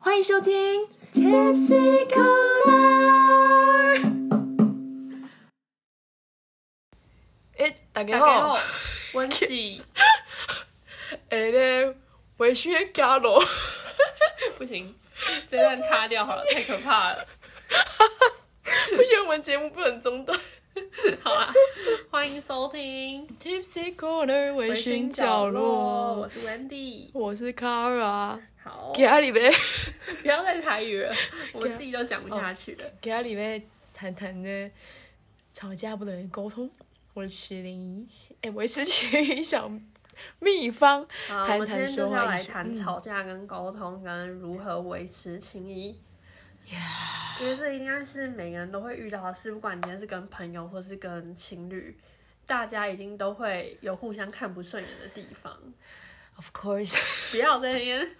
欢迎收听 Tipsy Corner。诶、大大家家好好，，我是诶咧，微醺加 罗， 不行，这段擦掉好了，太可怕 了。不行，我们节目不能中断。好啦，欢迎收听 Tipsy Corner 微微醺醺角角落，我落，是 Wendy。我是 Kara，好，给啊阿里呗，不要再台 语了，我们自己都讲不下去了。给阿里呗，谈谈的吵架不能沟通，我的麒麟，诶，维持麒麟小秘方，好，我哦谈谈们今天就说是要话嗯来艺术谈吵架、跟沟通、跟如何维持情谊。因为这应该是每个人都会遇到的事，不管你今天是跟朋友或是跟情侣，大家一定都会有互相看不顺眼的地方。 ，Of course，不要在那边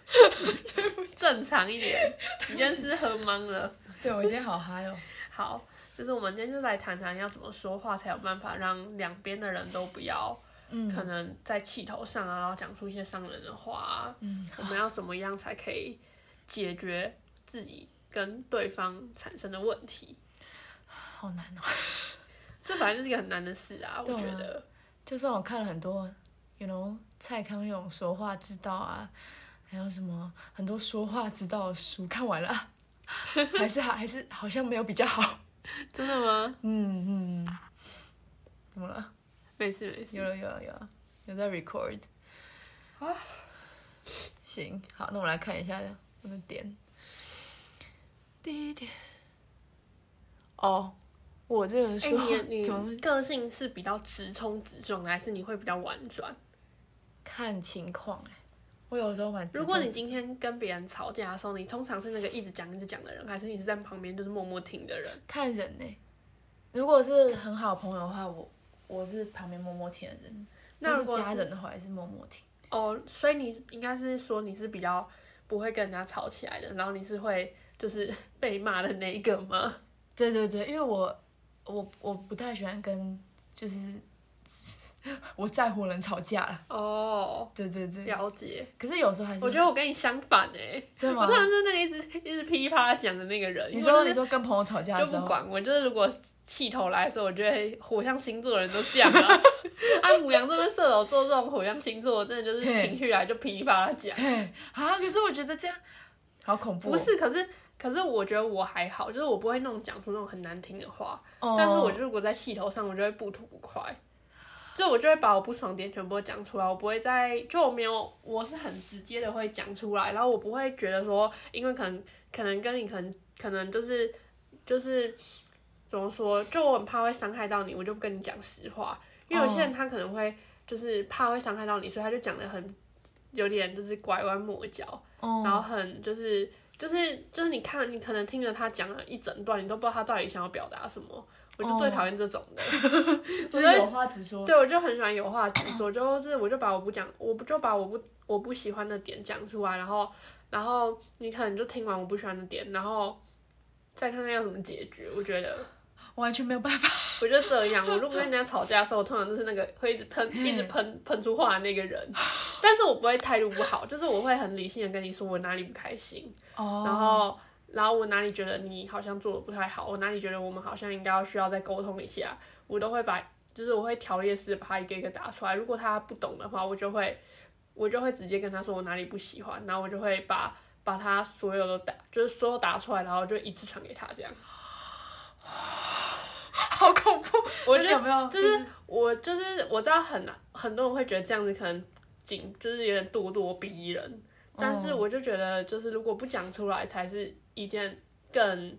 正常一点，你今天是喝懵了。对我今天好嗨 哦，好，就是我们今天就来谈谈要怎么说话才有办法让两边的人都不要，可能在气头上啊，然后讲出一些伤人的话、啊。嗯，我们要怎么样才可以解决自己跟对方产生的问题？好难哦。这本来就是一个很难的事啊，我对啊觉得。就算我看了很多，you know 蔡康永说话之道啊，还有什么很多说话之道的书，看完了 啊，还是还是好像没有比较好。真的吗？嗯嗯，怎么了？没事没有事。了有了有了，有在 record。啊， 行，好，那我们来看一下我的点。第一点，哦，我这个人哎、说、你怎么你个性是比较直冲直撞的，还是你会比较婉转？看情况、哎，我有时候蛮自如果重你今天跟别人吵架的时候，你通常是那个一直讲一直讲的人，还是你是在旁边就是默默听的人？看人呢、如果是很好的朋友的话，我我是旁边默默听的人；那如如果果是家人的话，也是默默听。哦，所以你应该是说你是比较不会跟人家吵起来的，然后你是会就是 被骂的那一个吗？对对对，因为我我我不太喜欢跟就是 我在乎的人吵架了。哦，对对对，了解。可是有时候还是我觉得我跟你相反哎、欸，真的我吗通？常就是那个一直一直噼啪讲的那个人。你因为说我就你是说跟朋友吵架的就时不候，管我，就是如果气头来的时候，我就会火象星座的人都这样啊。啊，母羊座跟射手座这种火象星座，真的就是情绪来就噼里啪啦讲。嘿啊，可是我觉得这样好恐怖、哦不，是，可是可是我觉得我还好，就是我不会那种讲出那种很难听的话，哦、但是我就如果在气头上，我就会不吐不快。就我就会把我不爽点全部都讲出来，我不会再就我没有，我是很直接的会讲出来，然后我不会觉得说，因为可能可能跟你可能可能就是就是怎么说，就我很怕会伤害到你，我就不跟你讲实话，因为有些人他可能会就是怕会伤害到你，所以他就讲的很有点就是拐弯抹角，然哦，后很就是就是就是你看你可能听着他讲了一整段，你都不知道他到底想要表达什么，我就最讨厌这种的。就是有话直说。 对，我就很喜欢有话直说，就是我就把我不讲，我不就把我不我不喜欢的点讲出来，然后然后你可能就听完我不喜欢的点，然后再看看要怎么解决。我觉得完全没有办法，我就这样，我如果跟人家吵架的时候，我通常就是那个会一直喷、一直喷、喷出话的那个人，但是我不会态度不好，就是我会很理性的跟你说我哪里不开心，哦然后然后我哪里觉得你好像做的不太好，我哪里觉得我们好像应该要需要再沟通一下，我都会把就是我会条列式地把它一个一个打出来。如果他不懂的话，我就会我就会直接跟他说我哪里不喜欢，然后我就会把把他所有都打，就是所有打出来，然后就一次传给他这样。 好恐怖。我那觉你得有没有就是我就是我知道很很多人会觉得这样子可能紧，就是有点咄咄逼人，哦但是我就觉得就是如果不讲出来，才是一件更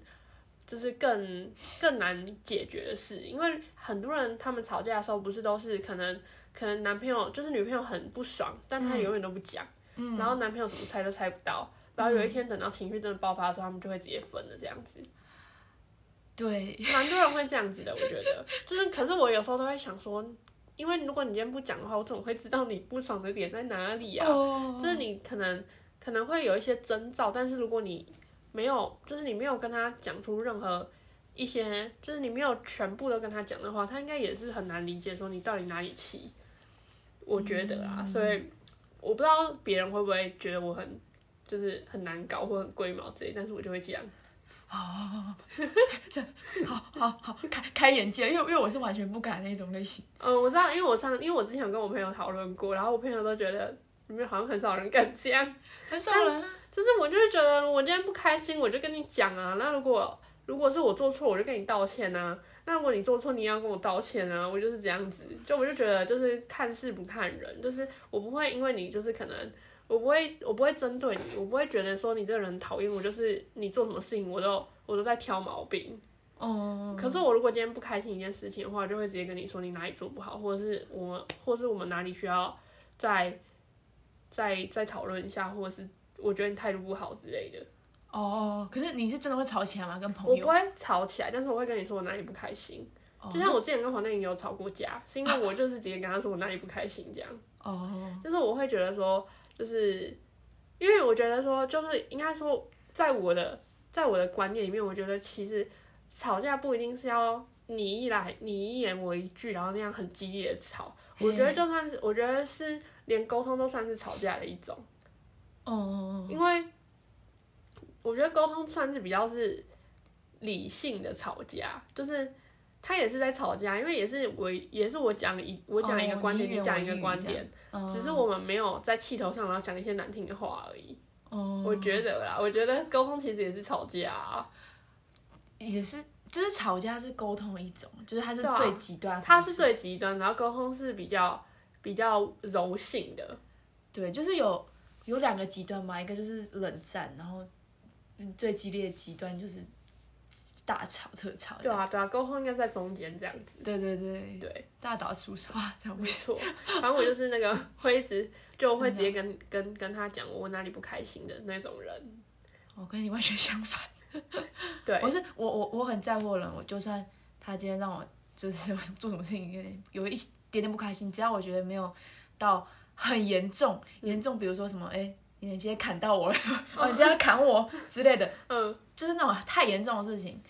就是更更难解决的事，因为很多人他们吵架的时候不是都是可能可能男朋友就是女朋友很不爽，但她永远都不讲，嗯然后男朋友怎么猜都猜不到。然后有一天等到情绪真的爆发的时候，他们就会直接分了这样子。对， 蛮多人会这样子的，我觉得，就是，可是我有时候都会想说，因为如果你今天不讲的话，我怎么会知道你不爽的点在哪里呀、哦就是你可能可能会有一些征兆，但是如果你没有，就是你没有跟他讲出任何一些，就是你没有全部都跟他讲的话，他应该也是很难理解说你到底哪里气。我觉得啊，所以我不知道别人会不会觉得我很就是很难搞或很龟毛之类，但是我就会这样。好好好好，这好好好开开眼界，因为因为我是完全不敢那种类型。嗯，我知道，因为我上，因为我之前有跟我朋友讨论过，然后我朋友都觉得里面好像很少人敢这样。很少人啊，就是我就是觉得我今天不开心，我就跟你讲啊。那如果如果是我做错，我就跟你道歉啊。那如果你做错，你也要跟我道歉啊。我就是这样子，就我就觉得就是看事不看人，就是我不会因为你就是可能。我不会，我不会针对你，我不会觉得说你这个人讨厌我，就是你做什么事情我都我都在挑毛病。哦，可是我如果今天不开心一件事情的话，我就会直接跟你说你哪里做不好，或者是我们，或是我们哪里需要再再再讨论一下，或者是我觉得你态度不好之类的。哦，可是你是真的会吵起来吗？跟朋我友？不会吵起来，但是我会跟你说我哪里不开心。哦就像我之前跟黄电颖有吵过架，是因为我就是直接跟他说我哪里不开心这样。哦，就是我会觉得说，就是因为我觉得说，就是应该说，在我的在我的观念里面，我觉得其实吵架不一定是要你一来你一言我一句，然后那样很激烈的吵。我觉得就算是我觉得是连沟通都算是吵架的一种，哦，因为我觉得沟通算是比较是理性的吵架，就是。他也是在吵架，因为也是我，也是我讲一我讲一个哦观你点，一你言讲我一个一语观这样点，哦只是我们没有在气头上，然后讲一些难听的话而已。哦，我觉得啦，我觉得沟通其实也是吵架、啊，也是，就是吵架是沟通的一种，就是它是对啊最极端的它方式，是最极端，然后沟通是比较比较柔性的。对，就是有有两个极端嘛，一个就是冷战，然后嗯最激烈的极端就是大吵特吵，对啊，对啊，沟通应该在中间这样子。对对对，对，大打出手啊，这样没错。反正我就是那个会一直就会直接跟跟跟他讲我哪里不开心的那种人。我跟你完全相反。对我是我我我很在乎的人，我就算他今天让我就是 做什么事情有点有一点点不开心，只要我觉得没有到很严重，严重比如说什么哎、诶你今天砍到我了， 哦你今天要砍我之类的，嗯，就是那种太严重的事情，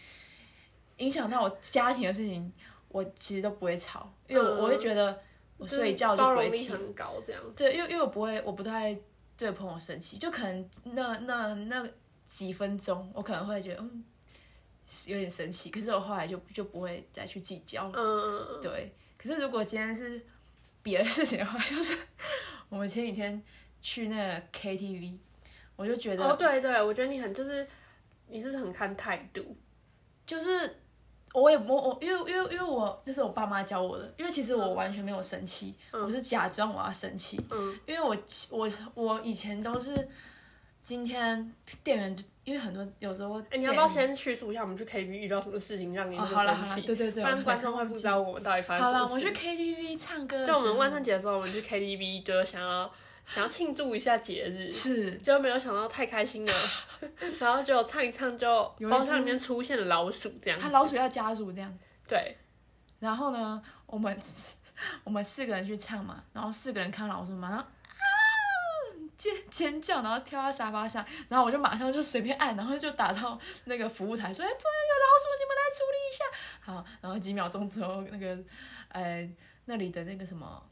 影响到我家庭的事情，我其实都不会吵，因为嗯我我会觉得我就是睡觉就包不会容力气，很高这样。对，因为因为我不会，我不太对朋友生气，就可能那那那几分钟，我可能会觉得嗯有点生气，可是我后来就就不会再去计较嗯了。嗯，嗯对，可是如果今天是别的事情的话， 就是我们前几天去那个 KTV，我就觉嗯得、哦，对对，我觉得你很就是你是很看态度。就是我也我我因为因为因为我那是我爸妈教我的，因为其实我完全没有生气，我是假装我要生气，嗯因为我我我以前都是今天店员，因为很多有时候哎、你要不要先叙述一下我们去 KTV 遇到什么事情让你哦很好了生好了，气？对对对，不然我观众会不知道我们到底发生好什了，么我去事。 KTV 唱歌的时就候，我们万圣节的时候，我们去 KTV 就是想要想要庆祝一下节日，是就没有想到太开心了， 然后就唱一唱就有一包厢只里面出现了老鼠这样子他。老鼠要加入这样。对，然后呢，我们 我们四个人去唱嘛，然后四个人看到老鼠嘛，然后啊尖尖叫，然后跳到沙发上，然后我就马上就随便按，然后就打到那个服务台说：“哎，不，有老鼠，你们来处理一下。”好，然后几秒钟之后，那个呃那里的那个什么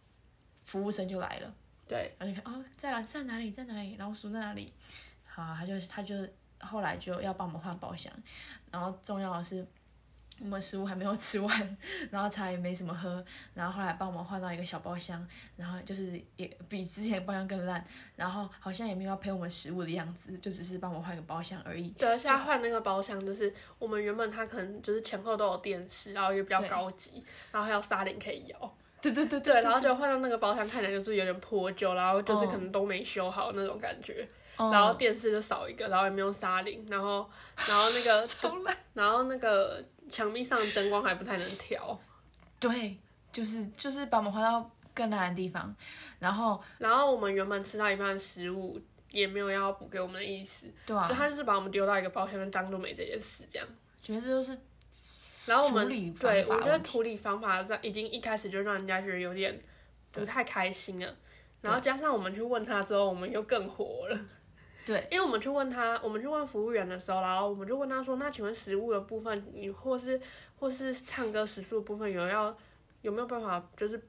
服务生就来了。对，然后就看哦，在哪在哪里在哪里，老鼠在哪里？好，他就他就后来就要帮我们换包厢，然后重要的是我们食物还没有吃完，然后茶也没什么喝，然后后来帮我们换到一个小包厢，然后就是也比之前包厢更烂，然后好像也没有要赔我们食物的样子，就只是帮我换个包厢而已。对，现在换那个包厢，就是我们原本它可能就是前后都有电视，然后也比较对高级，然后还有沙帘可以摇。对对对对，然后就换到那个包厢，看起来就是有点破旧，然后就是嗯可能都没修好那种感觉。哦然后电视就少一个，然后也没有沙铃，然后然后那 个超烂，然后那个墙壁上的灯光还不太能调，对，就是就是把我们换到更烂的地方，然后然后我们原本吃到一半的食物也没有要补给我们的意思，对啊就，他就是把我们丢到一个包厢，就当做没这件事这样。觉得这就是然后我处理们方法对我觉得问题处理方法在已经一开始就让人家觉得有点不太开心了。然后加上我们去问他之后，我们又更火了。对，因为我们去问他，我们去问服务员的时候，然后我们就问他说：“那请问食物的部分，你或是或是唱歌时速的部分，有要有没有办法就是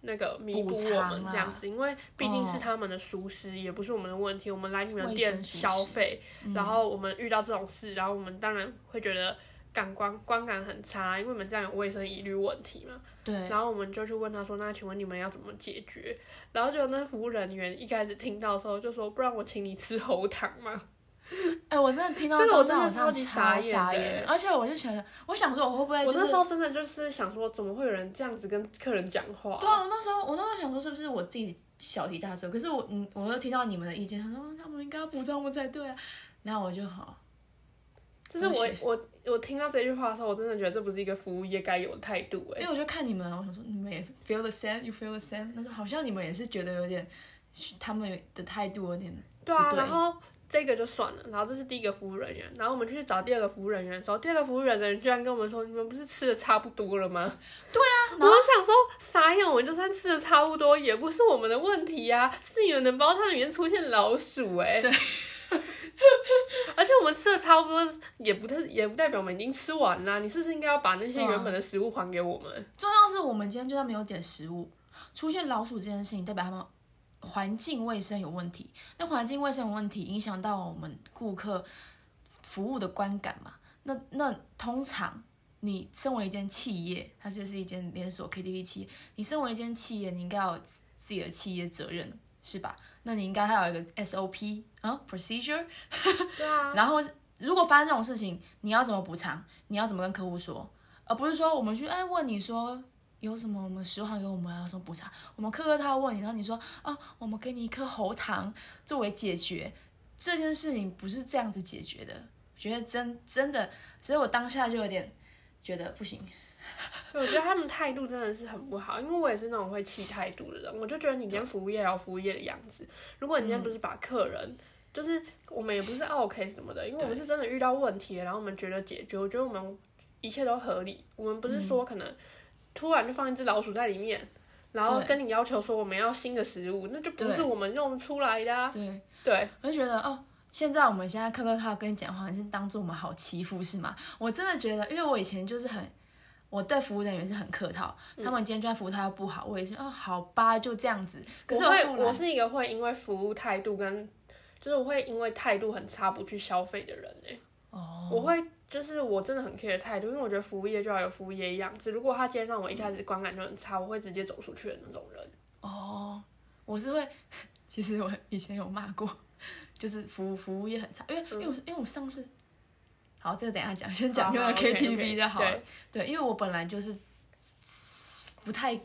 那个弥补补我偿们啦这样子，因为毕竟是哦他们的疏失，也不是我们的问题。我们来你们的卫店生疏消失费，嗯然后我们遇到这种事，然后我们当然会觉得感官观感很差，因为我们这样有卫生疑虑问题嘛。对，然后我们就去问他说：“那请问你们要怎么解决？”然后就那服务人员一开始听到的时候就说：“不然我请你吃喉糖嘛。哎、我真的听到这个之后我真的让超级傻傻眼的欸眼，而且我就想，我想说我会不会我就是那时候真的就是想说，怎么会有人这样子跟客人讲话、对啊，我那时候我那时候想说是不是我自己小题大做，可是我嗯，我又听到你们的意见，他说那我们应该要补偿我们才对啊，然后我就好，就是我我学我我听到这句话的时候，我真的觉得这不是一个服务业该有的态度哎、因为我就看你们，啊我想说你们也 feel the same，you feel the same，但是好像你们也是觉得有点他们的态度有点对啊，不对然后这个就算了，然后这是第一个服务人员，然后我们去找第二个服务人员的时候，第二个服务人员居然跟我们说：“你们不是吃的差不多了吗？”对啊，我就想说傻眼，我们就算吃的差不多，也不是我们的问题呀、啊，是你们的包它里面出现老鼠哎、对。 而且我们吃的差不多，也不太也不代表我们已经吃完啦。你是不是应该要把那些对啊原本的食物还给我们？重要是我们今天就算没有点食物，出现老鼠这件事情，代表他们环境卫生有问题。那环境卫生有问题，影响到我们顾客服务的观感嘛？那那通常你身为一间企业，它就是一间连锁 KTV 企业，你身为一间企业，你应该要有自自己的企业责任，是吧？那你应该还有一个 SOP 啊，procedure，对啊， 然后如果发生这种事情，你要怎么补偿？你要怎么跟客户说？而不是说我们去哎问你说有什么我们食物还给我们要什么补偿？我们客客他问你，然后你说啊，我们给你一颗喉糖作为解决这件事情，不是这样子解决的。我觉得真真的，所以我当下就有点觉得不行。对，我觉得他们态度真的是很不好，因为我也是那种会气态度的人，我就觉得你今天服务业有服务业的样子，如果你嗯今天不是把客人。就是我们也不是 OK 什么的，因为我们是真的遇到问题了，然后我们觉得解决，我觉得我们一切都合理。我们不是嗯说可能突然就放一只老鼠在里面，然后对跟你要求说我们要新的食物，那就不是对我们弄出来的、啊。对，对，我就觉得哦，现在我们现在客客套跟你讲话，你是当做我们好欺负是吗？啊我真的觉得，因为我以前就是很，我对服务人员是很客套，他们今天就算服务态度不好，我也是哦好吧，就这样子。可是我会，后我来是一个会因为服务态度跟，就是我会因为态度很差不去消费的人哎、哦，我会就是我真的很 care 态度，因为我觉得服务业就要有服务业的样子。如果他今天让我一开始观感就很差，我会直接走出去的那种人。哦，我是会， 其实我以前有骂过，就是服务服务业很差，因为、因为我因为我上次，好，这个等一下讲，先讲嗯好那好个 OK，OK， KTV 就好了。对对，因为我本来就是不太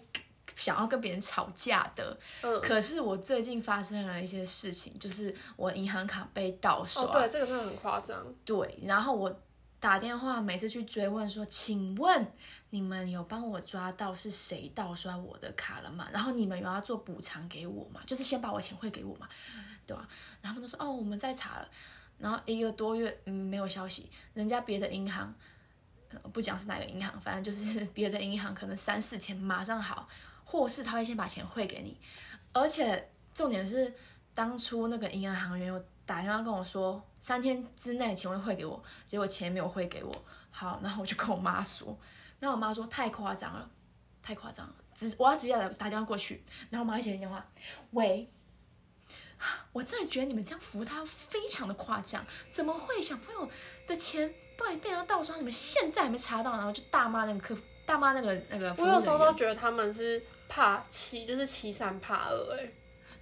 想要跟别人吵架的，嗯可是我最近发生了一些事情，就是我银行卡被盗刷，哦，对，这个真的很夸张。对，然后我打电话每次去追问说，请问你们有帮我抓到是谁盗刷我的卡了吗？然后你们有要做补偿给我吗？就是先把我钱汇给我嘛，对吧、然后他们都说哦，我们在查了，然后一个多月嗯没有消息，人家别的银行。呃不讲是哪个银行，反正就是 别的银行可能三四天马上好，或是他会先把钱汇给你，而且重点是当初那个银行行员有打电话跟我说，三天之内钱会汇给我，结果钱没有汇给我。好，然后我就跟我妈说，然后我妈说太夸张了，太夸张了，直我要直接打打电话过去。然后我妈一接电话，喂，我真的觉得你们这样服务他非常的夸张，怎么会小朋友的钱不然被人家盗刷，你们现在还没查到，然后就大骂那个客服，大骂那个那个服务我人员。有时候都觉得他们是怕欺，就是欺善怕恶、欸。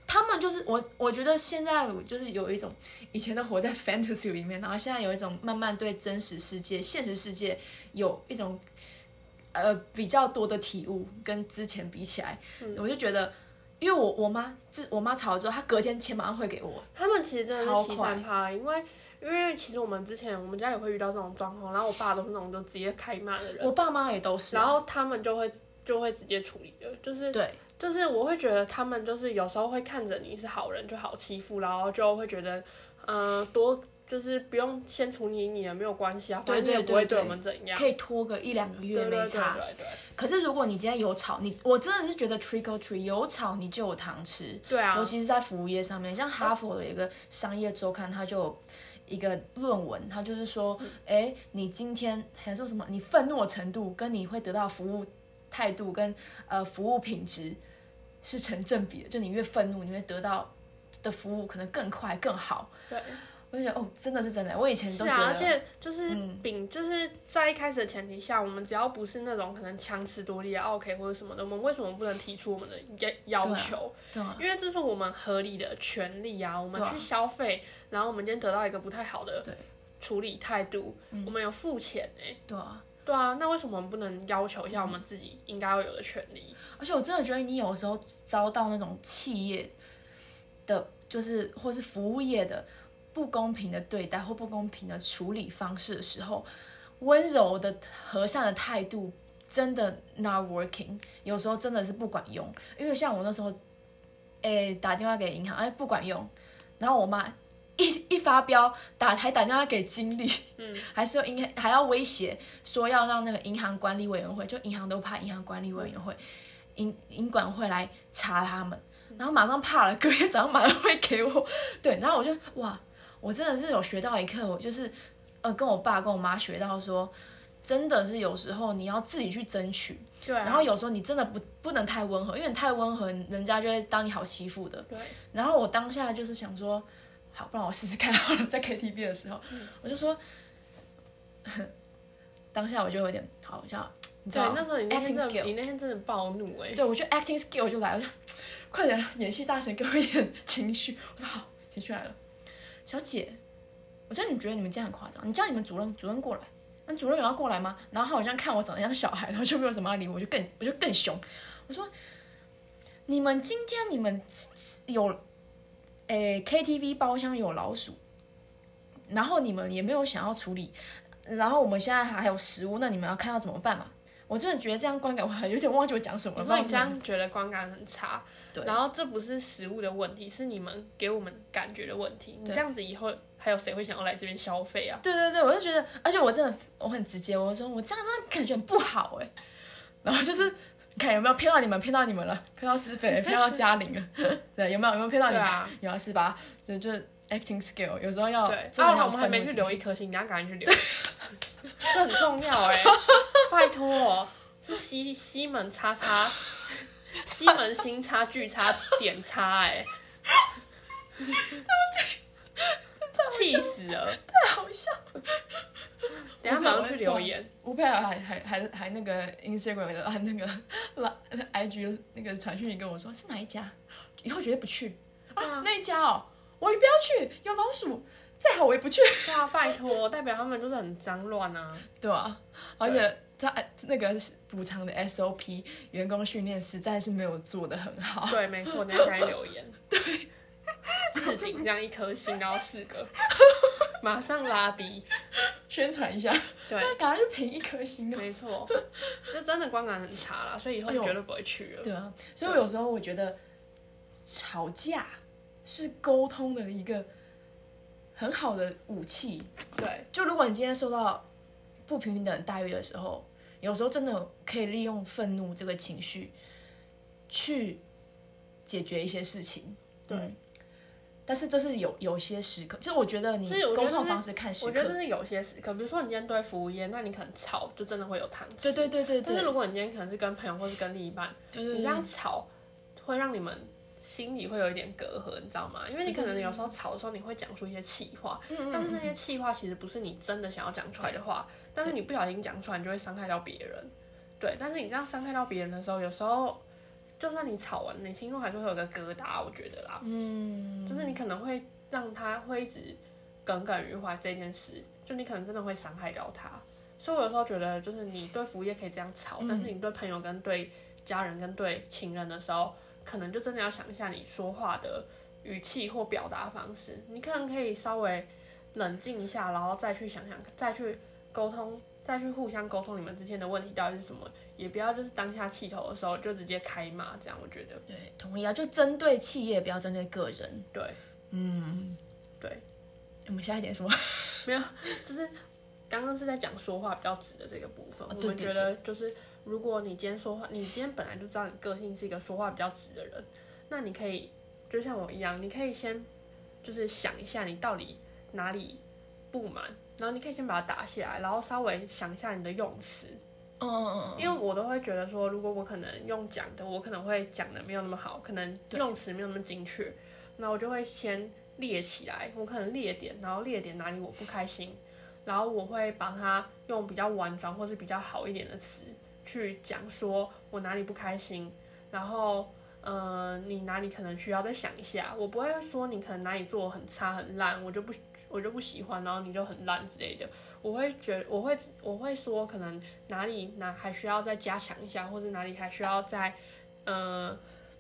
他们就是我，我觉得现在我就是有一种以前都活在 fantasy 里面，然后现在有一种慢慢对真实世界、现实世界有一种呃比较多的体悟，跟之前比起来，嗯我就觉得，因为我我妈这我妈吵了之后，她隔天钱马上汇给我，他们其实真的是超欺快善怕恶，因为因为其实我们之前我们家也会遇到这种状况，然后我爸都是那种就直接开骂的人，我爸妈也都是啊，然后他们就会就会直接处理的，就是对就是我会觉得他们就是有时候会看着你是好人就好欺负，然后就会觉得，嗯、多就是不用先处理你也没有关系啊，反对正你也对不会对对我们怎样。可以拖个一两个对月对没对差，对对，可是如果你今天有吵，你我真的是觉得 trick or treat 有吵你就有糖吃，对啊尤其是在服务业上面，像哈佛有一个商业周刊，它就有一个论文，它就是说，嗯哎、你今天还说什么？你愤怒的程度跟你会得到服务态度跟呃服务品质是成正比的，就你越愤怒，你会得到的服务可能更快更好。对，我就觉得哦，真的是真的，我以前是都觉啊，得，嗯而且就是秉、就是在一开始的前提下，我们只要不是那种可能强词夺理的啊 OK 或者什么的，我们为什么不能提出我们的要要求？对啊，因为这是我们合理的权利啊，我们对啊去消费，然后我们今天得到一个不太好的对嗯处理态度，我们有付钱哎、对啊，对啊，那为什么我们不能要求一下我们自己应该要有的权利？而且我真的觉得你有时候遭到那种企业的，就是或是服务业的不公平的对待或不公平的处理方式的时候，温柔的和善的态度真的 not working，有时候真的是不管用。因为像我那时候，诶、打电话给银行，哎、不管用，然后我妈。一一发飙，打还打电话给经理，嗯，还是银行还要威胁说要让那个银行管理委员会，就银行都怕银行管理委员会，银银管会来查他们，然后马上怕了，隔天早上马上会给我， 对，然后我就哇，我真的是有学到一课，我就是呃跟我爸跟我妈学到说，真的是有时候你要自己去争取，对啊、然后有时候你真的不不能太温和，因为你太温和，人家就会当你好欺负的。对，然后我当下就是想说，好，不然我试试看好了，在 KTV 的时候，嗯我就说， 当下我就有点好，像你知对道，那时候你那 acting 天真的 skill 你那天真的暴怒哎、对，我就 acting skill 就来了，我就快点演戏大神给我一点情绪。我说好，情绪来了，小姐，我真的觉得你们这样很夸张，你叫你们主任主任过来，那主任有要过来吗？然后他好像看我长得像小孩，然后就没有什么要理我，我就更我就更凶，我说你们今天你们有，诶 KTV 包厢有老鼠，然后你们也没有想要处理。然后我们现在还有食物，那你们要看要怎么办嘛？我真的觉得这样观感，我还有点忘记我讲什么我了。说不你知这道为什么样觉得观感很差，对然后这不是食物的问题，是你们给我们感觉的问题。你对这样子以后还有谁会想要来这边消费啊？对对对，我就觉得，而且我真的我很直接，我就说我这样真的感觉很不好哎、然后就是你看有没有骗到你们，骗到你们了，骗到施肥 了，骗到嘉玲了， 对，有没有有没有骗到你对们？啊，有啊是吧？对，就是 acting skill，有时候要对，真的啊，要我们还没去留意，一颗星，你要赶紧去留， 这很重要 哎、拜托、哦，是西西门叉 叉，西门星叉巨叉点叉哎、对不起，气死了，太好笑。等一下马上去留言。吴佩尔还还还还那个 Instagram 的按那个 拉 IG 那个传讯息跟我说是哪一家，以后绝对不去对啊啊那一家哦，我也不要去，有老鼠，再好我也不去。对啊，拜托，代表他们就是很脏乱啊。对啊，而且他那个补偿的 SOP 员工训练实在是没有做的很好，对，没错，你要该留言。哦 对，置顶这样一颗星，然后四 个，马上拉低。宣传一下，对，那 赶快去评一颗星啊！没错，这真的观感很差啦，所以以后哎呦绝对不会去了。对啊，所以我有时候我觉得吵架是沟通的一个很好的武器。对，就如果你今天受到不平等待遇的时候，有时候真的可以利用愤怒这个情绪去解决一些事情。对嗯但是这是有有些时刻，就是我觉得你是我沟觉得这通是方式看时我觉得刻。这是有些时刻，比如说你今天对服务业，那你可能吵，就真的会有糖吃。对对对对对，但是如果你今天可能是跟朋友或是跟另一半，对对你对这样吵，会让你们心里会有一点隔阂，你知道吗？因为你可能有时候吵的时候，你会讲出一些气话，但是那些气话其实不是你真的想要讲出来的话，但是你不小心讲出来，你就会伤害到别人。对，但是你这样伤害到别人的时候，有时候就算你吵完，你心中还是会有个疙瘩，我觉得啦，嗯，就是你可能会让他会一直耿耿于怀这件事，就你可能真的会伤害到他。所以我有时候觉得，就是你对服务业可以这样吵，但是你对朋友、跟对家人、跟对情人的时候，可能就真的要想一下你说话的语气或表达方式。你可能可以稍微冷静一下，然后再去想想，再去沟通，再去互相沟通你们之间的问题到底是什么，也不要就是当下气头的时候就直接开骂，这样我觉得对，同意啊，就针对企业，不要针对个人。对，嗯，对。我们下一点什么？没有，就是刚刚是在讲说话比较直的这个部分。哦我对们对觉得就是，如果你今天说话，你今天本来就知道你个性是一个说话比较直的人，那你可以就像我一样，你可以先就是想一下你到底哪里不满，然后你可以先把它打下来，然后稍微想一下你的用词，嗯嗯嗯，因为我都会觉得说，如果我可能用讲的，我可能会讲的没有那么好，可能用词没有那么精确，那我就会先列起来，我可能列点，然后列点哪里我不开心，然后我会把它用比较婉转或是比较好一点的词去讲，说我哪里不开心，然后。呃，你哪里可能需要再想一下？我不会说你可能哪里做得很差很烂，我就不我就不喜欢，然后你就很烂之类的。我会觉得我会我会说可能哪里哪还需要再加强一下，或者哪里还需要再呃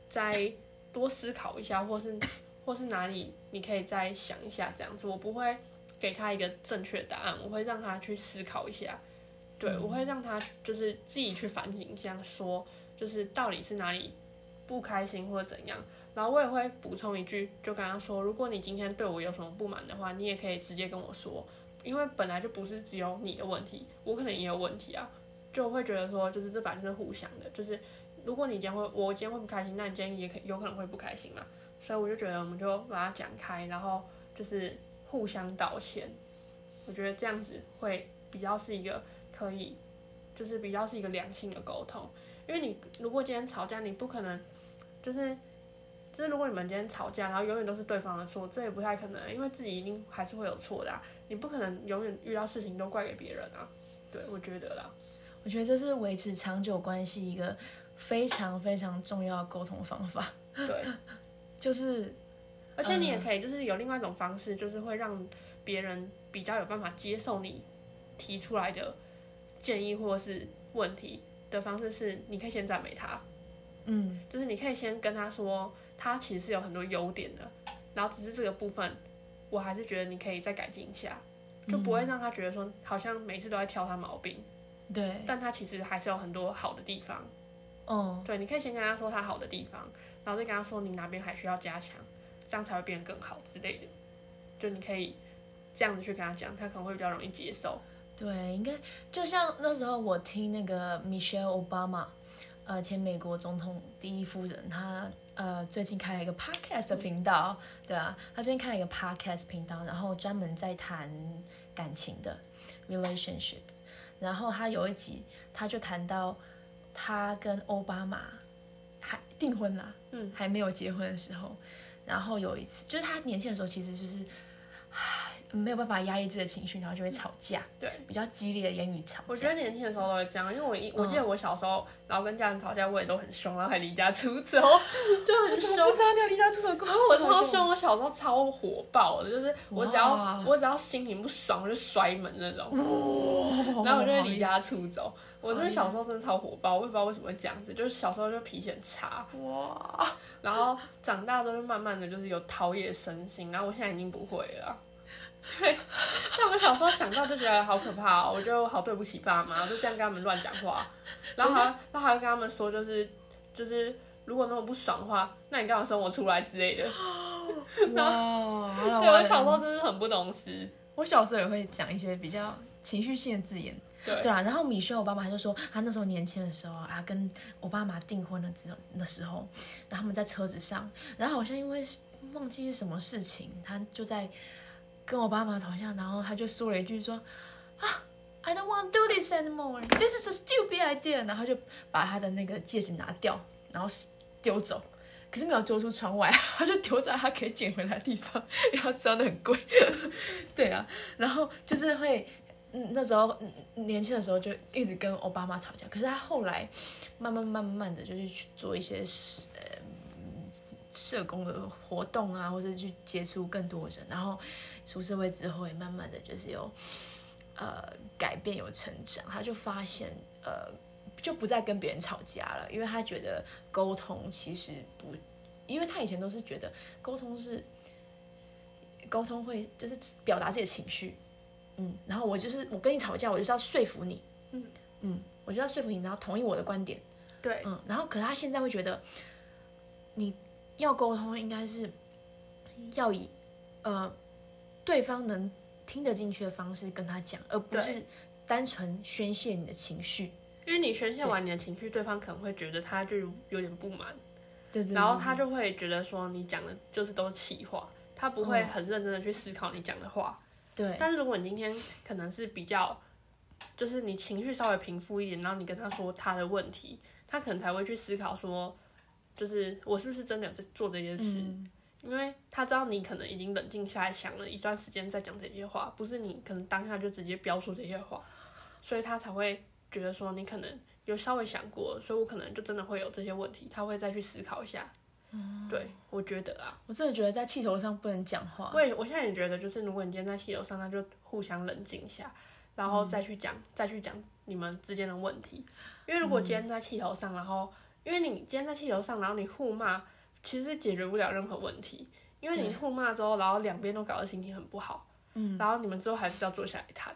再多思考一下，或是 或是哪里你可以再想一下这样子。我不会给他一个正确答案，我会让他去思考一下。对，我会让他就是自己去反省一下，说就是到底是哪里不开心或者怎样。然后我也会补充一句，就跟他说，如果你今天对我有什么不满的话，你也可以直接跟我说，因为本来就不是只有你的问题，我可能也有问题啊。就我会觉得说，就是这本来就是互相的，就是如果你今天会，我今天会不开心，那你今天也可有可能会不开心嘛。所以我就觉得，我们就把它讲开，然后就是互相道歉。我觉得这样子会比较是一个可以，就是比较是一个良性的沟通。因为你如果今天吵架，你不可能就是就是如果你们今天吵架，然后永远都是对方的错，这也不太可能，因为自己一定还是会有错的、啊，你不可能永远遇到事情都怪给别人啊。对，我觉得啦，嗯我觉得这是维持长久关系一个非常非常重要的沟通方法，对，就是而且你也可以就是有另外一种方式，就是会让别人比较有办法接受你提出来的建议或是问题的方式是，你可以先赞美他，嗯就是你可以先跟他说，他其实是有很多优点的，然后只是这个部分，我还是觉得你可以再改进一下，就不会让他觉得说好像每次都在挑他毛病，对，但他其实还是有很多好的地方。嗯对，你可以先跟他说他好的地方，然后再跟他说你哪边还需要加强，这样才会变得更好之类的。就你可以这样子去跟他讲，他可能会比较容易接受。对，应该就像那时候我听那个 Michelle Obama，呃，前美国总统第一夫人，她呃最近开了一个 podcast 的频道，对啊，她最近开了一个 podcast 频道，然后专门在谈感情的 relationships，然后她有一集，她就谈到她跟奥巴马还订婚啦，嗯，还没有结婚的时候，然后有一次，就是她年轻的时候其实就是。 唉没有办法压抑自己的情绪，然后就会吵架。嗯对，比较激烈的言语吵我觉架。得年轻的时候都会这样，因为我一我记得我小时候，然后跟家人吵架，我也都很凶，然后还离家出走，就很凶。知道你有离家出走过？ 我超凶，我小时候超火爆的，就是我只要哇我只要心情不爽，我就摔门那种，然后我就会离家出走。我真的小时候真的超火爆，我也不知道为什么会这样子，就是小时候就脾气很差，哇！然后长大之后就慢慢的就是有陶冶身心，然后我现在已经不会了。对，但我小时候想到就觉得好可怕、哦，我就好对不起爸妈，就这样跟他们乱讲话，然后还然后还会跟他们说就是就是如果那么不爽的话，那你干嘛生我出来之类的。哇！ 对我小时候真的很不懂事，我小时候也会讲一些比较情绪性的字眼。对对啊，然后米歇尔奥巴马他就说，他那时候年轻的时候啊，跟奥巴马订婚了之后的时候，然后他们在车子上，然后好像因为忘记是什么事情，他就在跟奥巴马吵架，然后他就说了一句说啊，I don't want to do this anymore, this is a stupid idea，然后就把他的那个戒指拿掉，然后丢走。可是没有丢出窗外， 他就丢在他可以捡回来的地方， 因为他知道那很贵。 对啊，然后就是会，嗯，那时候嗯年轻的时候就一直跟奥巴马吵架，可是他后来慢慢慢慢的就是去做一些社呃社工的活动啊，或者去接触更多人，然后出社会之后也慢慢的就是有呃改变有成长，他就发现呃就不再跟别人吵架了，因为他觉得沟通其实不，因为他以前都是觉得沟通是沟通会就是表达自己的情绪，嗯，然后我就是我跟你吵架，我就是要说服你，嗯嗯，我就要说服你，然后同意我的观点，对嗯，然后可是他现在会觉得，你要沟通应该是要以呃对方能听得进去的方式跟他讲，而不对是单纯宣泄你的情绪，因为你宣泄完你的情绪，对方可能会觉得他就有点不满，对对然后他就会觉得说你讲的就是都是气话，他不会很认真的去思考你讲的话。对但是如果你今天可能是比较，就是你情绪稍微平复一点，然后你跟他说他的问题，他可能才会去思考说，就是我是不是真的有在做这件事。嗯因为他知道你可能已经冷静下来想了一段时间再讲这些话，不是你可能当下就直接飙出这些话，所以他才会觉得说你可能有稍微想过，所以我可能就真的会有这些问题，他会再去思考一下。嗯对，我觉得啊，我真的觉得在气头上不能讲话。我也我现在也觉得，就是如果你今天在气头上，那就互相冷静一下，然后嗯再去讲，再去讲你们之间的问题。因为如果今天在气头上，然后因为你今天在气头上，然后你互骂，其实解决不了任何问题。因为你互骂之后，然后两边都搞得心情很不好，嗯，然后你们之后还是要坐下来谈。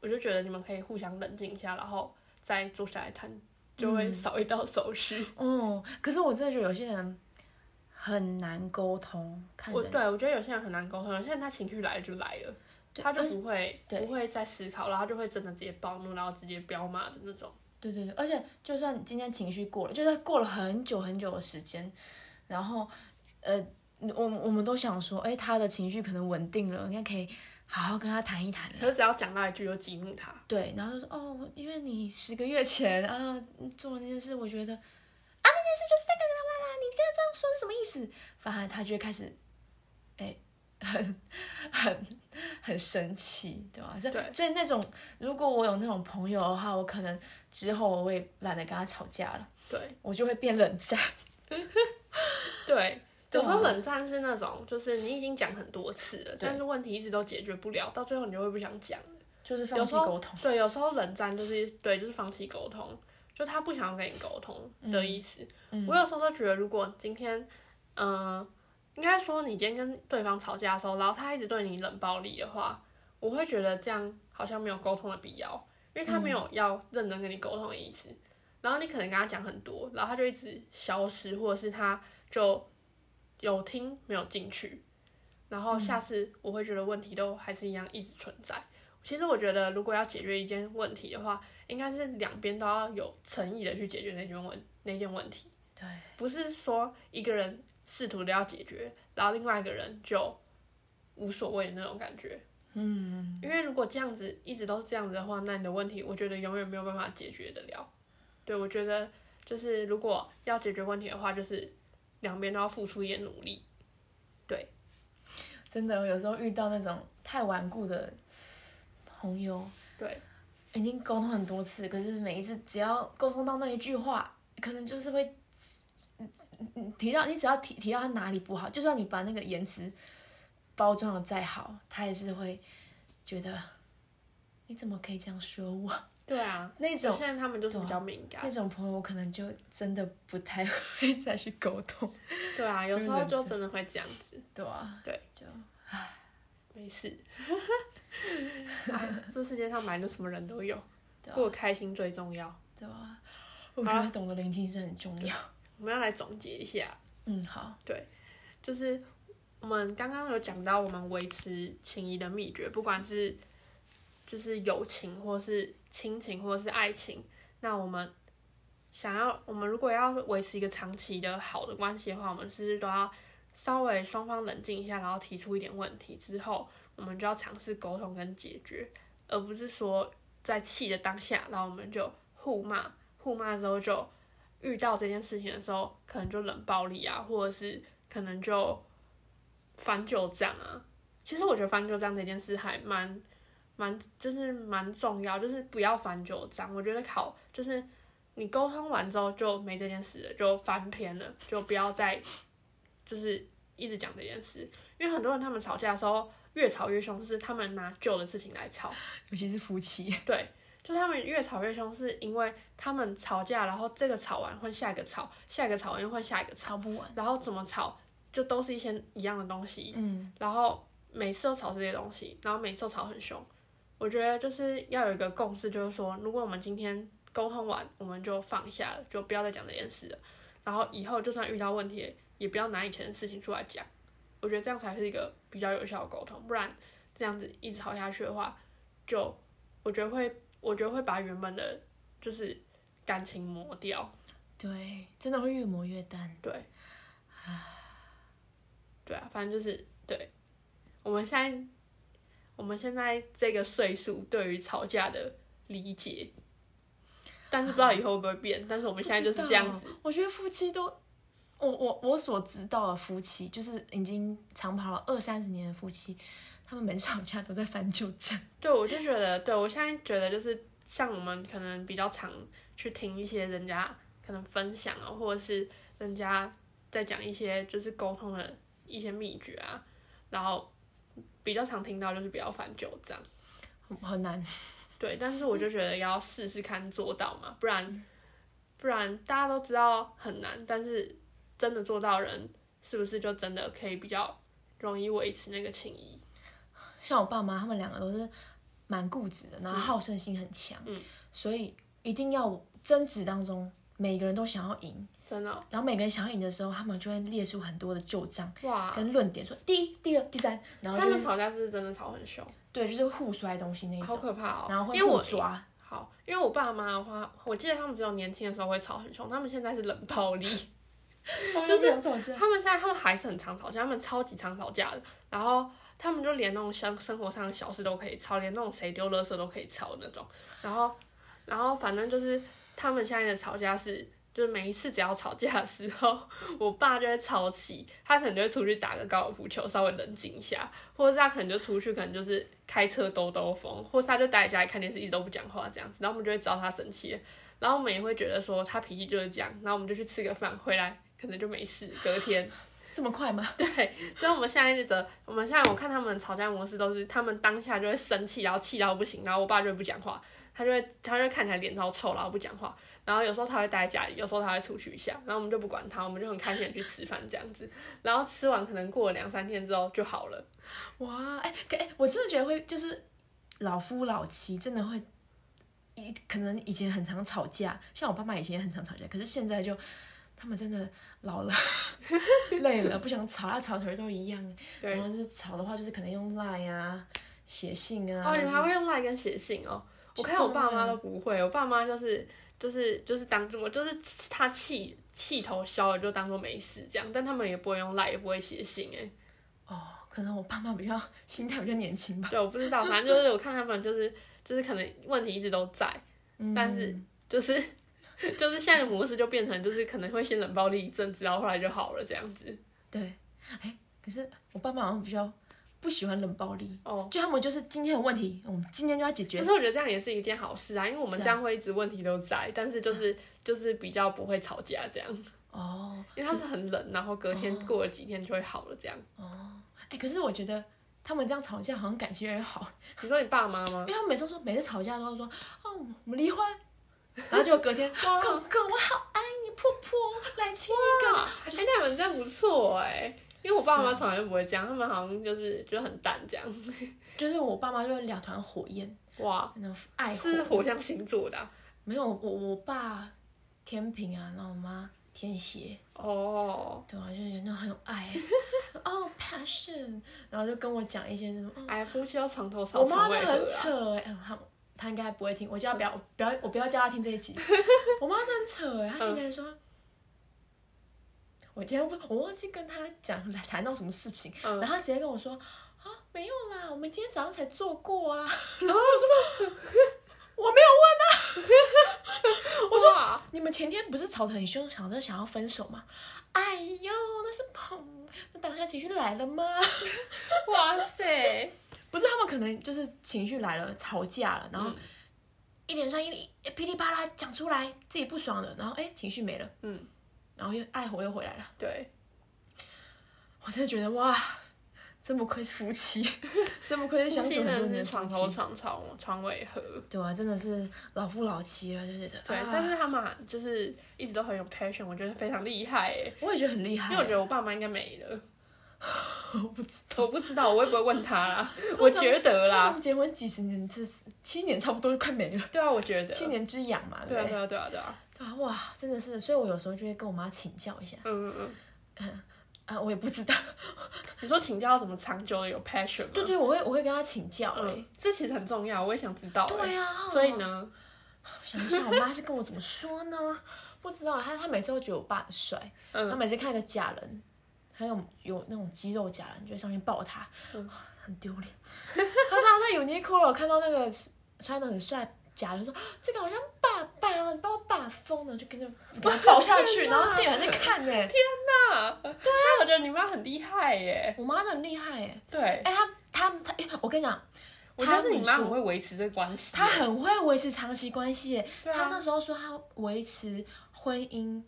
我就觉得你们可以互相冷静一下，然后再坐下来谈，就会少一道手续。嗯，可是我真的觉得有些人很难沟通，看我人对我觉得有些人很难沟通，有些人他情绪来了就来了，对他就而不会对不会再思考，然后他就会真的直接暴怒，然后直接飙骂的那种。对对对，而且就算你今天情绪过了，就是过了很久很久的时间，然后呃，我们我们都想说，哎，他的情绪可能稳定了，应该可以好好跟他谈一谈了。可是只要讲到一句就激怒他，对，然后就说哦，我因为你十个月前啊做了那件事，我觉得啊那件事就是那个啦啦啦，你跟他这样说是什么意思？反而他就会开始，哎，很很很生气，对吧？所以对所以那种如果我有那种朋友的话，我可能之后我也懒得跟他吵架了，对我就会变冷战。 对。有对啊时候冷战是那种，就是你已经讲很多次了，对但是问题一直都解决不了，到最后你就会不想讲。就是放有弃时候沟通，对，有时候冷战就是对，就是放弃沟通，就他不想要跟你沟通的意思。嗯我有时候都觉得，如果今天，嗯、应该说你今天跟对方吵架的时候，然后他一直对你冷暴力的话，我会觉得这样好像没有沟通的必要，因为他嗯没有要认真跟你沟通的意思。然后你可能跟他讲很多，然后他就一直消失，或者是他就有听没有进去，然后嗯下次我会觉得问题都还是一样一直存在。其实我觉得，如果要解决一件问题的话，应该是两边都要有诚意的去解决那件问那件问题，对不是说一个人试图的要解决，然后另外一个人就无所谓的那种感觉。嗯，因为如果这样子一直都是这样子的话，那你的问题我觉得永远没有办法解决得了。对，我觉得就是如果要解决问题的话，就是两边都要付出一点努力。真的，我有时候遇到那种太顽固的朋友，对，已经沟通很多次，可是每一次只要沟通到那一句话，可能就是会，嗯嗯提到你只要提提到他哪里不好，就算你把那个言辞包装的再好，他也是会觉得你怎么可以这样说我？对啊，那有种些人他们就是比较敏感那。种朋友，我可能就真的不太会再去沟通，对啊，有就是时候冷就战真的会这样子。对啊？对，就 没事，哎这世界上买的什么人都有，对过啊得开心最重要。对啊？我觉得懂得聆听是很重要。我们要来总结一下，嗯，好，就是我们刚刚有讲到我们维持情谊的秘诀，不管是就是友情，或是亲情，或是爱情，那我们想要，我们如果要维持一个长期的好的关系的话，我们是不是都要稍微双方冷静一下，然后提出一点问题之后，我们就要尝试沟通跟解决，而不是说在气的当下，然后我们就互骂，互骂之后就遇到这件事情的时候，可能就冷暴力啊，或者是可能就翻旧账啊。其实我觉得翻旧账这件事还蛮蛮就是蛮重要，就是不要翻旧账。我觉得考就是你沟通完之后就没这件事了，就翻篇了，就不要再就是一直讲这件事。因为很多人他们吵架的时候越吵越凶，是他们拿旧的事情来吵。尤其是夫妻，对，就他们越吵越凶，是因为他们吵架，然后这个吵完换下一个吵，下一个吵完又换下一个吵，吵不完。然后怎么吵就都是一些一样的东西，嗯。然后每次都吵这些东西，然后每次都吵很凶。我觉得就是要有一个共识，就是说，如果我们今天沟通完，我们就放下了，就不要再讲这件事了。然后以后就算遇到问题，也不要拿以前的事情出来讲。我觉得这样才是一个比较有效的沟通，不然这样子一直吵下去的话，就我觉得会，我觉得会把原本的就是感情磨掉。对，真的会越磨越淡。对，对啊，反正就是对。我们现在，我们现在这个岁数，对于吵架的理解，但是不知道以后会不会变。但是我们现在就是这样子，不知道。我觉得夫妻都，我我我所知道的夫妻，就是已经长跑了二三十年的夫妻，他们每次吵架都在翻旧账。对我就觉得，对我现在觉得就是像我们可能比较常去听一些人家可能分享啊，或者是人家在讲一些就是沟通的一些秘诀啊，然后比较常听到就是不要翻旧账。很很难，对，但是我嗯就觉得要试试看做到嘛，不然不然大家都知道很难，但是真的做到的人，是不是就真的可以比较容易维持那个情谊？像我爸妈他们两个都是蛮固执的，然后好胜心很强，嗯所以一定要争执当中，每个人都想要赢，真的哦、然后每个人想要赢的时候，他们就会列出很多的旧账哇！跟论点，说第一、第二、第三，然后啊他就们是吵架是真的吵很凶，对，就是互摔东西那一好种，可怕哦。然后会因为互我抓，好，因为我爸妈的话，我记得他们只有年轻的时候会吵很凶，他们现在是冷 暴力。就是有吵架，他们现在他们还是很常吵架，他们超级常吵架的。然后他们就连那种生生活上的小事都可以吵，连那种谁丢垃圾都可以吵那种。然后，然后反正就是他们现在的吵架是，就是每一次只要吵架的时候，我爸就会吵起，他可能就会出去打个高尔夫球，稍微冷静一下，或者是他可能就出去，可能就是开车兜兜风，或是他就待在家里看电视，一直都不讲话这样子。然后我们就会知道他生气了，然后我们也会觉得说他脾气就是这样，然后我们就去吃个饭，回来可能就没事，隔天。 这么快吗？对，所以我们现在就则，我们现在我看他们吵架模式都是，他们当下就会生气，然后气到不行，然后我爸就会不讲话，他就会他就会看起来脸超臭，然后不讲话，然后有时候他会待在家里，有时候他会出去一下，然后我们就不管他，我们就很开心的去吃饭这样子，然后吃完可能过了两三天之后就好了，哇，哎、可哎、我真的觉得会就是老夫老妻真的会，以可能以前很常吵架，像我爸妈以前也很常吵架，可是现在就他们真的老了， 累了，不想吵啊，吵腿都一样。对然后就是吵的话，就是可能用 line 啊、写信啊。哦，你就们是还会用赖跟写信哦？我看真我的爸妈啊都不会，我爸妈就是就是就是当做就是他气气头消了就当做没事这样，但他们也不会用赖，也不会写信 哎。哦，可能我爸妈比较心态比较年轻吧。对，我不知道，反正就是我看他们就是就是可能问题一直都在，嗯但是就是就是现在的模式就变成就是可能会先冷暴力一阵子，然后后来就好了这样子。对，哎、可是我爸妈好像比较不喜欢冷暴力，哦，就他们就是今天有问题，我们今天就要解决可。是我觉得这样也是一件好事啊，因为我们是啊啊这样会一直问题都在，但是就是就是比较不会吵架这样，哦，因为它是很冷，然后隔天过了几天就会好了这样。哎、可是我觉得他们这样吵架好像感情越来越好，你说你爸妈因吗？为他们每次都说每次吵架都会说哦我们离婚，然后就隔天 哇狗狗我好爱你婆婆来亲一个，哇，哎、那你们这样不错哎、因为我爸啊是啊妈从来就不会这样，他们好像就是就很淡这样。就是我爸妈就会两团火焰，哇，那种爱火是火象星座的啊、没有我我爸天平啊，然后我妈天蝎，哦，对啊，就觉得那很有爱， 哦 passion，然后就跟我讲一些这种，哎，夫妻要床头吵嗯我妈床真尾的和很啊。扯哎、欸，她她应该不会听，我叫她不要，我不要，我不要叫她听这一 集。我妈真的很扯哎、欸，她嗯现在说，我今天不，我忘记跟她讲谈到什么事情，嗯然后她直接跟我说啊，没有啦，我们今天早上才做过啊。然后哦我我没有说，我说，问，你们前天不是吵得很凶，吵着想要分手吗？哎呦，那是捧，那当下情绪来了吗？哇塞，不是，他们可能就是情绪来了，吵架了，然后嗯一连串一一噼里啪啦讲出来自己不爽的，然后哎、情绪没了，嗯，然后又爱火又回来了。对，我真的觉得哇，真不愧是夫妻，真不愧是相 夫妻处真很多的年是的夫床妻头吵床床尾和。对啊，真的是老夫老妻了，就觉得对，啊但是他们就是一直都很有 passion，我觉得非常厉害哎。我也觉得很厉害，因为我觉得我爸妈应该没了， 我不知我不知道，我也不会问 他啦。我觉得道，他啦，们结婚几十年，这是七年差不多就快没了，对啊，我觉得，七年之痒嘛，对对啊，不对对？啊，对啊，对啊，对啊，哇，真的是，所以我有时候就会跟我妈请教一下嗯嗯嗯。啊，我也不知道，你说请教怎么长久的有 passion 吗？对对，我会我会跟她请教哎、嗯，这其实很重要，我也想知道。对啊呀、哎。所以呢，想一想，我妈是跟我怎么说呢？ 不知道，她她每次都觉得我爸很帅，嗯她每次看一个假人，还有有那种肌肉假人，就会上去抱他，嗯 很丢脸。她上次在 Uniqlo 看到那个穿的很帅假的说这个好像爸爸哦，你帮我把风了，就跟着把它抱下去， 天然哪后店员在看 呢、那对啊，我觉得你妈很厉害耶。我妈真的很厉害哎、对，哎、她她她，哎、我跟你讲，我觉得是你妈她很很会维持这个关系。她很会维持长期关系耶、对她啊那，时候说她维持婚姻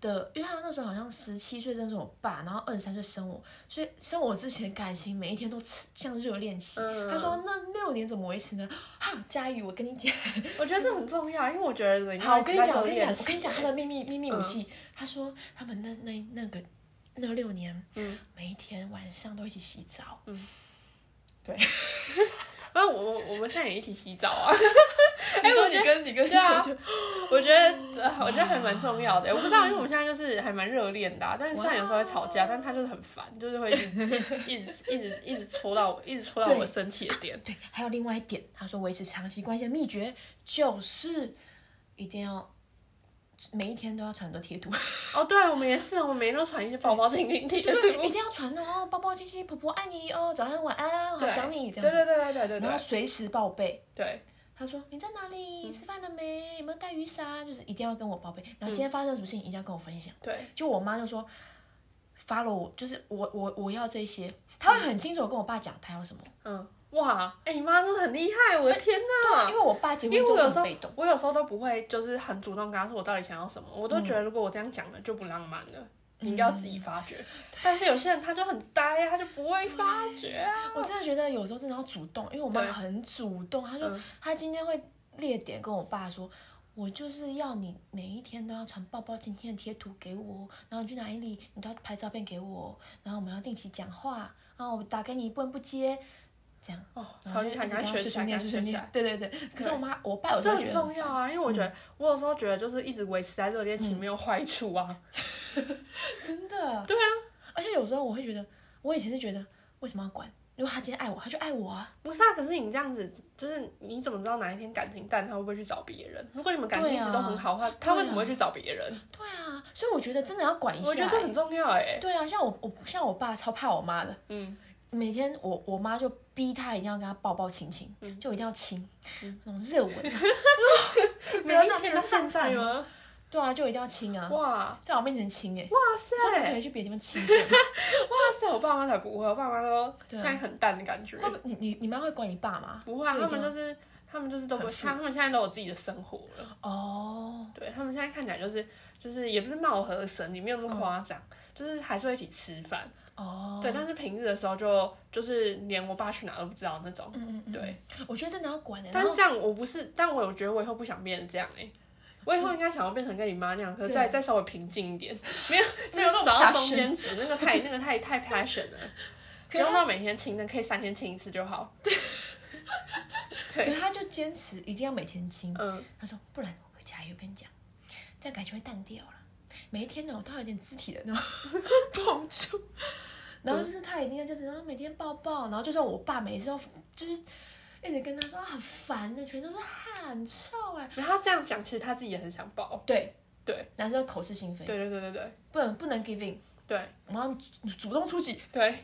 的，因为她那时候好像十七岁认识我爸，然后二十三岁生我，所以生我之前感情每一天都像热恋期。嗯她说那六年怎么维持呢？哈，佳宇，我跟你讲，我觉得这很重要，因为我觉得你好，妈我一跟你直在讲，我热跟你讲，我跟你恋期。嗯讲她的秘密秘密武器。她说他们那那那个那六年，嗯每一天晚上都一起洗澡，反正我我我们现在也一起洗澡啊。你说我觉你跟你跟对啊舅舅我觉得，呃我觉得还蛮重要的。我不知道，因为我们现在就是还蛮热恋的、啊，但是虽然有时候会吵架，但他就是很烦，就是会一直一直一直一直戳到我，一直戳到对我生气的点。对，还有另外一点，他说维持长期关系的秘诀就是一定要每一天都要传很多贴图， 哦，对，我们也是，我们每天都传一些宝宝亲亲贴对图。对，一定要传哦，抱抱亲亲，婆婆爱你哦，早安晚安，好对想你这对样子，对对对对对然后对嗯随时报备。对，他说你在哪里？吃饭了没？有没有带雨伞？就是一定要跟我报备。然后今天发生了什么事情，一定要跟我分享。嗯对，就我妈就说，follow 我，就是我我我要这些，她会很清楚地跟我爸讲她要什么。嗯，哇，哎、你妈真的很厉害，我的天因哪！为我爸结嗯因婚为之后我有就时很候被动，，哎我有时候都不会，就是很主动跟她说我到底想要什么，我都觉得如果我这样讲了就不浪漫了，你应该要自己发掘。 但是有些人他就很呆啊，他就不会发觉啊。我真的觉得有时候真的要主动，因为我妈对很主动，她就嗯她今天会列点跟我爸说。我就是要你每一天都要传抱抱亲亲的贴图给我，然后你去哪里你都要拍照片给我，然后我们要定期讲话，然后我打给你不能不接，这样。哦，然超后就厉害，一直赶跟快她学起来，赶念快碎学碎起念来。对对对，可是对我妈我爸有时这候觉很得重要啊，因为我觉得、我有时候觉得就是一直维持在热恋期没有坏处啊。真的。对啊，而且有时候我会觉得，我以前是觉得为什么要管？如果他今天爱我，他就爱我啊。不是啊，可是你这样子，就是你怎么知道哪一天感情淡，他会不会去找别人？如果你们感情一直都很好的话，啊他为什么会去找别人？对啊，所以我觉得真的要管一下、我觉得这欸。很重要哎、对啊，像我我像我爸超怕我妈的，嗯，每天我我妈就逼他一定要跟他抱抱亲亲，嗯就一定要亲，那种热吻 啊。每要一让别天人到放现在闪吗？对啊，就一定要亲啊，哇在我面前亲哎、欸。哇说你塞可以去别的地方亲 一下，哇塞！我爸妈才不会，我爸妈都对啊现在很淡的感觉，会不你你你妈会管你爸吗？不会啊，就他一定们要就是他们就是都不会，很富他他们现在都有自己的生活了。哦，对他们现在看起来就是就是也不是貌合神离，没有那么夸张，就是还是会一起吃饭。哦，对，但是平日的时候就就是连我爸去哪都不知道那种。嗯嗯嗯，对，我觉得真的要管的、欸。然但是后这样我不是，但我有觉得我以后不想变成这样哎、我以后应该想要变成跟你妈那样，可是再对再稍微平静 一点，没有没有有那种找到中间值，那个太那个太太 passion 了，可是不用他到每天亲，但可以三天亲一次就好。可是他就坚持一定要每天亲，嗯，他说不然我加油，我跟你讲，这样感情会淡掉了。每一天呢，我都有点肢体的 那种碰触，然后就是他一定要就是然后每天抱抱，然后就算我爸每次都就是一直跟他说啊很烦的，全都是汗很臭哎、然后他这样讲，其实他自己也很想抱。对对，男生要口是心非，对对对对对不能不能 giving，对我们要主主动出击。对，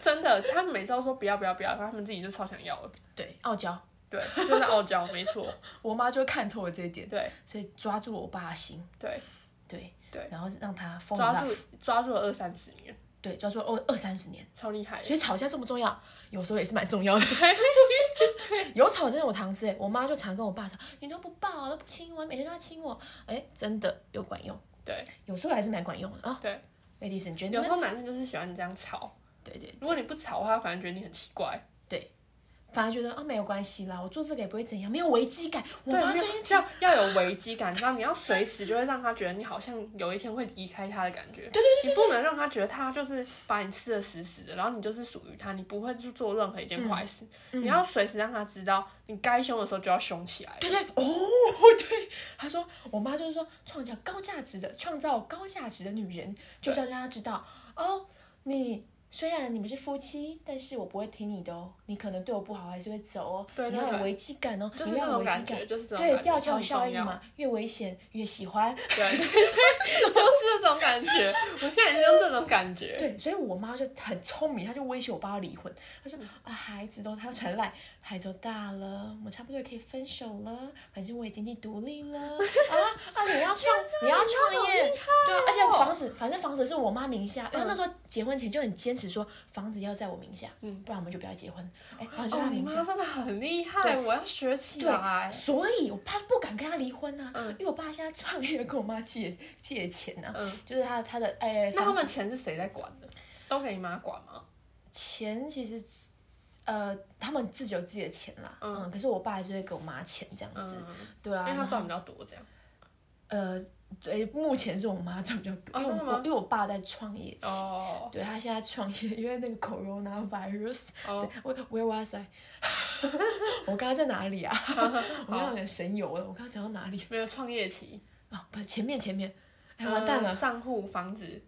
真的，他们每次都说不要不要不要，然后他们自己就超想要了。对，傲娇，对，就是傲娇，没错。我妈就会看透了这一点，对所以抓住了我爸的心，对，对对然后让他 疯抓了，住抓住了二三十年，对，抓住了二二三十年。超厉害的。所以吵架这么重要，有时候也是蛮重要的。 有吵真的有糖吃、欸，我妈就常跟我爸吵，你都不抱，都不亲我，每天都要亲我，哎、真的有管用，对有时候还是蛮管用的啊。对， Ladies and 有时 gentlemen，候男生就是喜欢你这样吵。对对，如果你不吵的话，反而觉得你很奇怪。反而觉得啊没有关系啦，我做这个也不会怎样，没有危机感。我妈没最有近要要有危机感，你知道你要随时就会让他觉得你好像有一天会离开他的感觉。对对对你不能让他觉得他就是把你吃的死死的，然后你就是属于他，你不会去做任何一件坏事。嗯你要随时让他知道，你该凶的时候就要凶起来。对对哦，对，她说我妈就是说创造高价值的，创造高价值的女人，就是要让她知道哦，你虽然你们是夫妻，但是我不会听你的哦，你可能对我不好还是会走哦，对你对要有对危机感哦，就你是这要有种危机感感，觉，就是这种感对觉吊桥很效重应要嘛，越危险越喜欢，对， 就是这种感觉。我现在也是用这种感觉，对，所以我妈就很聪明，她就威胁我爸要离婚。她嗯说啊，孩子都，她传来，孩子都大了，我们差不多也可以分手了，反正我也经济独立了啊啊！你要创，你要创业，对啊，而且哦房子，反正房子是我妈名下，因为她那时候结婚前就很坚持说房子要在我名下，嗯不然我们就不要结婚，哎，房子在哦她，你名妈下。真的很厉害，我要学起来。所以我爸不敢跟她离婚啊，哎嗯因为我爸现在创业跟我妈借借钱啊，嗯，就是他他的哎，那房他们钱是谁在管的？都给你妈管吗？钱其实，呃，他们自己有自己的钱啦，嗯嗯可是我爸还是会给我妈钱这样嗯子，，对啊，因为他然后赚比较多，这样。呃，对，目前是我妈赚比较多，哦因为真的我吗因为我爸在创业期，哦对他现在创业，因为那个 corona virus，哦，我 where was I？我刚刚在哪里啊？ 我刚刚有点神游了，我刚刚讲到哪里没有创业期，啊？不，前面前面，哎，完蛋了嗯，账户、房子，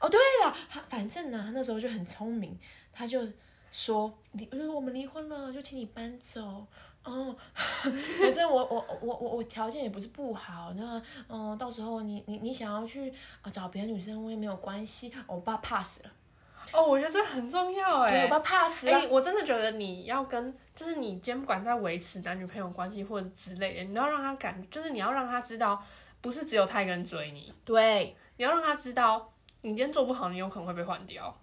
哦，对了，他反正呢、他那时候就很聪明，他就说离，就是我们离婚了，就请你搬走。哦， 反正我我我我我条件也不是不好，那嗯，到时候你你你想要去啊找别的女生，我也没有关系。我爸怕死了，哦，我觉得这很重要对，我哎。爸怕死了。哎、我真的觉得你要跟，就是你今天不管在维持男女朋友关系或者之类的，你要让他感，就是你要让他知道，不是只有他一个人追你，对，你要让他知道，你今天做不好，你有可能会被换掉。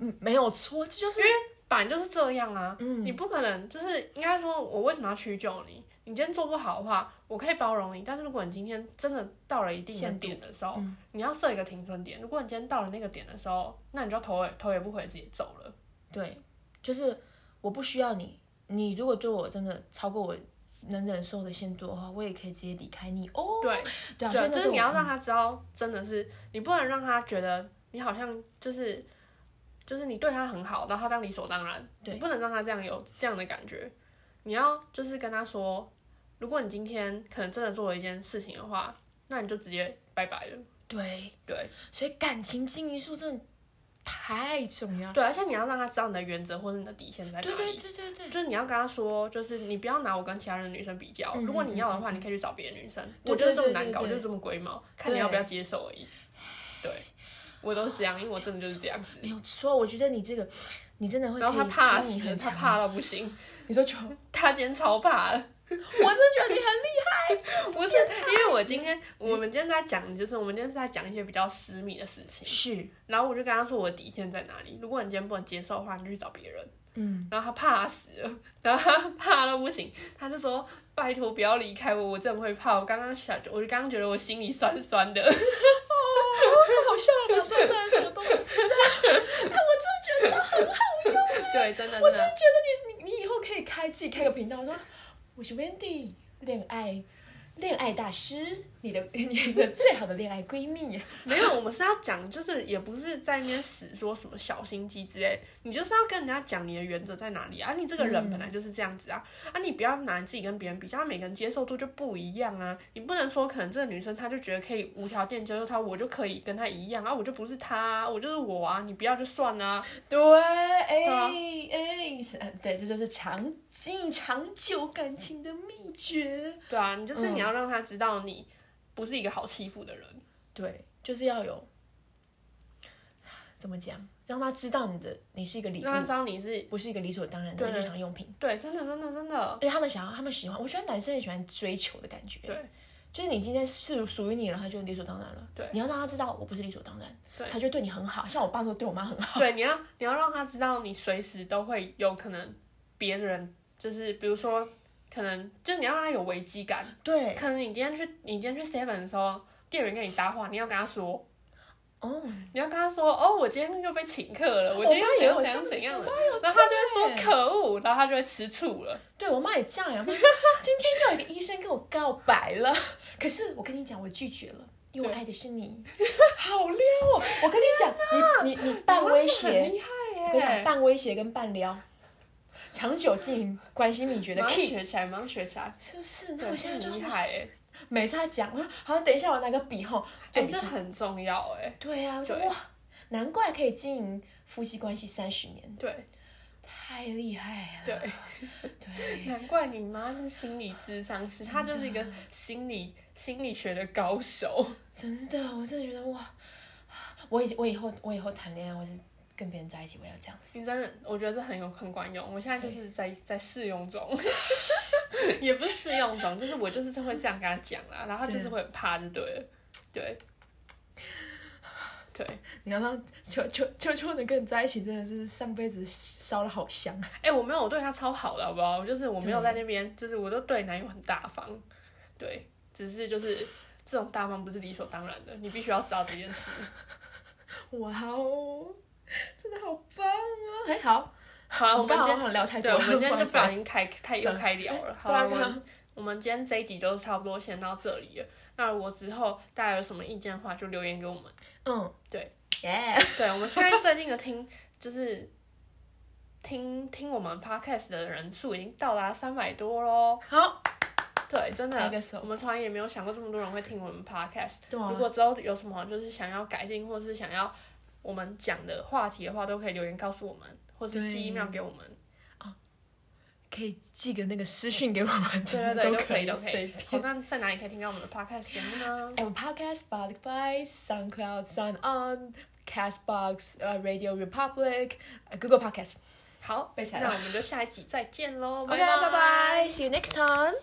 嗯，没有错，这就是反正就是这样啊，嗯你不可能就是应该说，我为什么要屈就你？你今天做不好的话，我可以包容你，但是如果你今天真的到了一定的限度点的时候，嗯你要设一个停损点。如果你今天到了那个点的时候，那你就头也头也不回直接走了。对，就是我不需要你，你如果对我真的超过我能忍受的限度的话，我也可以直接离开你哦。对，对啊，所以那对，就时是候你我要嗯让他知道，真的是你不能让他觉得你好像就是就是你对他很好，然后他当理所当然，对你不能让他这样有这样的感觉。你要就是跟他说，如果你今天可能真的做了一件事情的话，那你就直接拜拜了。对，对所以感情经营术真的太重要了。对，啊而且你要让他知道你的原则或者你的底线在哪里。啊对对对对对，就是你要跟他说，就是你不要拿我跟其他人的女生比较。嗯如果嗯你要的嗯话，你可以去找别的女生。对我就是这么对对难搞，对我就是这么龟毛，看你要不对要接受而已。对，我都是这样，因为我真的就 是这样子没。有错。我觉得你这个，你真的会然后可他以怕经营死，很他强。怕到不行，你说穷，我他今天超怕的。真的觉得你很 不是，因为我今天我们今天在讲，就是我们今天是在讲一些比较私密的事情。是，然后我就跟他说我的底线在哪里，如果你今天不能接受的话，你就去找别人。嗯，然后他怕死了，然后他怕到不行，他就说：“拜托不要离开我，我真的会怕。我刚刚想，我就刚刚觉得我心里酸酸的。 好笑啊了，算出来什么东西？ 哎，我真的觉得真的很，对，真的我真的真的，觉得你你你以后可以开自己开个频道，我说我是 Wendy，恋爱恋爱大师，你的 你的最好的恋爱闺蜜。没有，我们是要讲，就是也不是在那边死说什么小心机之类，你就是要跟人家讲你的原则在哪里啊。你这个人本来就是这样子啊，啊，你不要拿自己跟别人比较，每个人接受度就不一样啊。你不能说可能这个女生她就觉得可以无条件接受她，我就可以跟她一样啊，我就不是她、啊，我就是我啊，你不要就算啦、对，哎、啊哎、是呃对，这就是长经营长久感情的秘诀。对啊，你就是嗯你要让他知道你不是一个好欺负的人。对，就是要有怎么讲，让他知道你的你是一个礼物让，他知道你是不是一个理所当然的对对日常用品。对，真的真的真的，而且他们想要，他们喜欢，我觉得男生也喜欢追求的感觉。对，就是你今天是属于你了，他就理所当然了。对你要让他知道我不是理所当然，对他就对你很好。像我爸说对我妈很好， 对，你要你要让他知道你随时都会有可能别人就是比如说可能就是你要让他有危机感，对，可能你今天去你今天去 seven 的时候，店员跟你搭话，你要跟他说。哦，你要跟他说哦，我今天又被请客了，我今天我妈也有怎样怎样这怎样了，有然后他就会这欸说可恶，然后他就会吃醋了。对我妈也这样呀，我妈说今天又有一个医生跟我告白了，可是我跟你讲，我拒绝了。因为我对爱的是你， 好撩哦！我跟你讲，你你你半威很胁，厉害我耶！跟你讲，半威胁跟半撩，长久经营关系秘诀的马上 key 学起来，马上学起来。是不是？那对，我现在就很厉害哎。每次他讲，我说好，等一下我拿个笔后，哎、对这很重要哎、对啊，我说对哇，难怪可以经营夫妻关系三十年，对太厉害了。对，对 难怪你妈是心理智商师，她就是一个心理心理学的高手。真的，我真的觉得哇，我以我以后我以后谈恋爱，我是跟别人在一起，我要这样子。你真的，我觉得这很有很管用。我现在就是在在试用中， 也不是试用中，就是我就是会这样跟他讲啦，然后他就是会很怕，就对了，对，对。你要让秋秋秋秋能跟你在一起，真的是上辈子烧了好香。哎、我没有，我对他超好的，好不好？我就是我没有在那边，就是我都对男友很大方，对，只是就是这种大方不是理所当然的，你必须要知道这件事。哇哦，真的好棒啊！很好，好啊，我们刚好今天像聊太多对，了，我们今天就不小好意思心开太又开聊了。好对啊了，我刚们我们今天这一集就差不多先到这里了。那如果之后大家有什么意见的话，就留言 给我们。嗯，对，耶、对，我们现在最近的听就是听听我们 podcast 的人数已经到达三百多喽。好，对，真拍的个，手我们从来也没有想过这么多人会听我们 podcast。对啊如果之后有什么就是想要改进，或是想要我们讲的话题的话，都可以留言告诉我们，或是对寄 email 给我们。可以寄个那个私讯给我们，对对对，都都可以，以，都可随以便。。 好，那在哪里可以听到我们的 podcast 节目呢？ Apple Podcast、Spotify、SoundCloud、Sound On、Castbox、呃 Radio Republic、呃 Google Podcast。好，背起来那了我们就下一集再见喽， OK，拜拜，See you next time。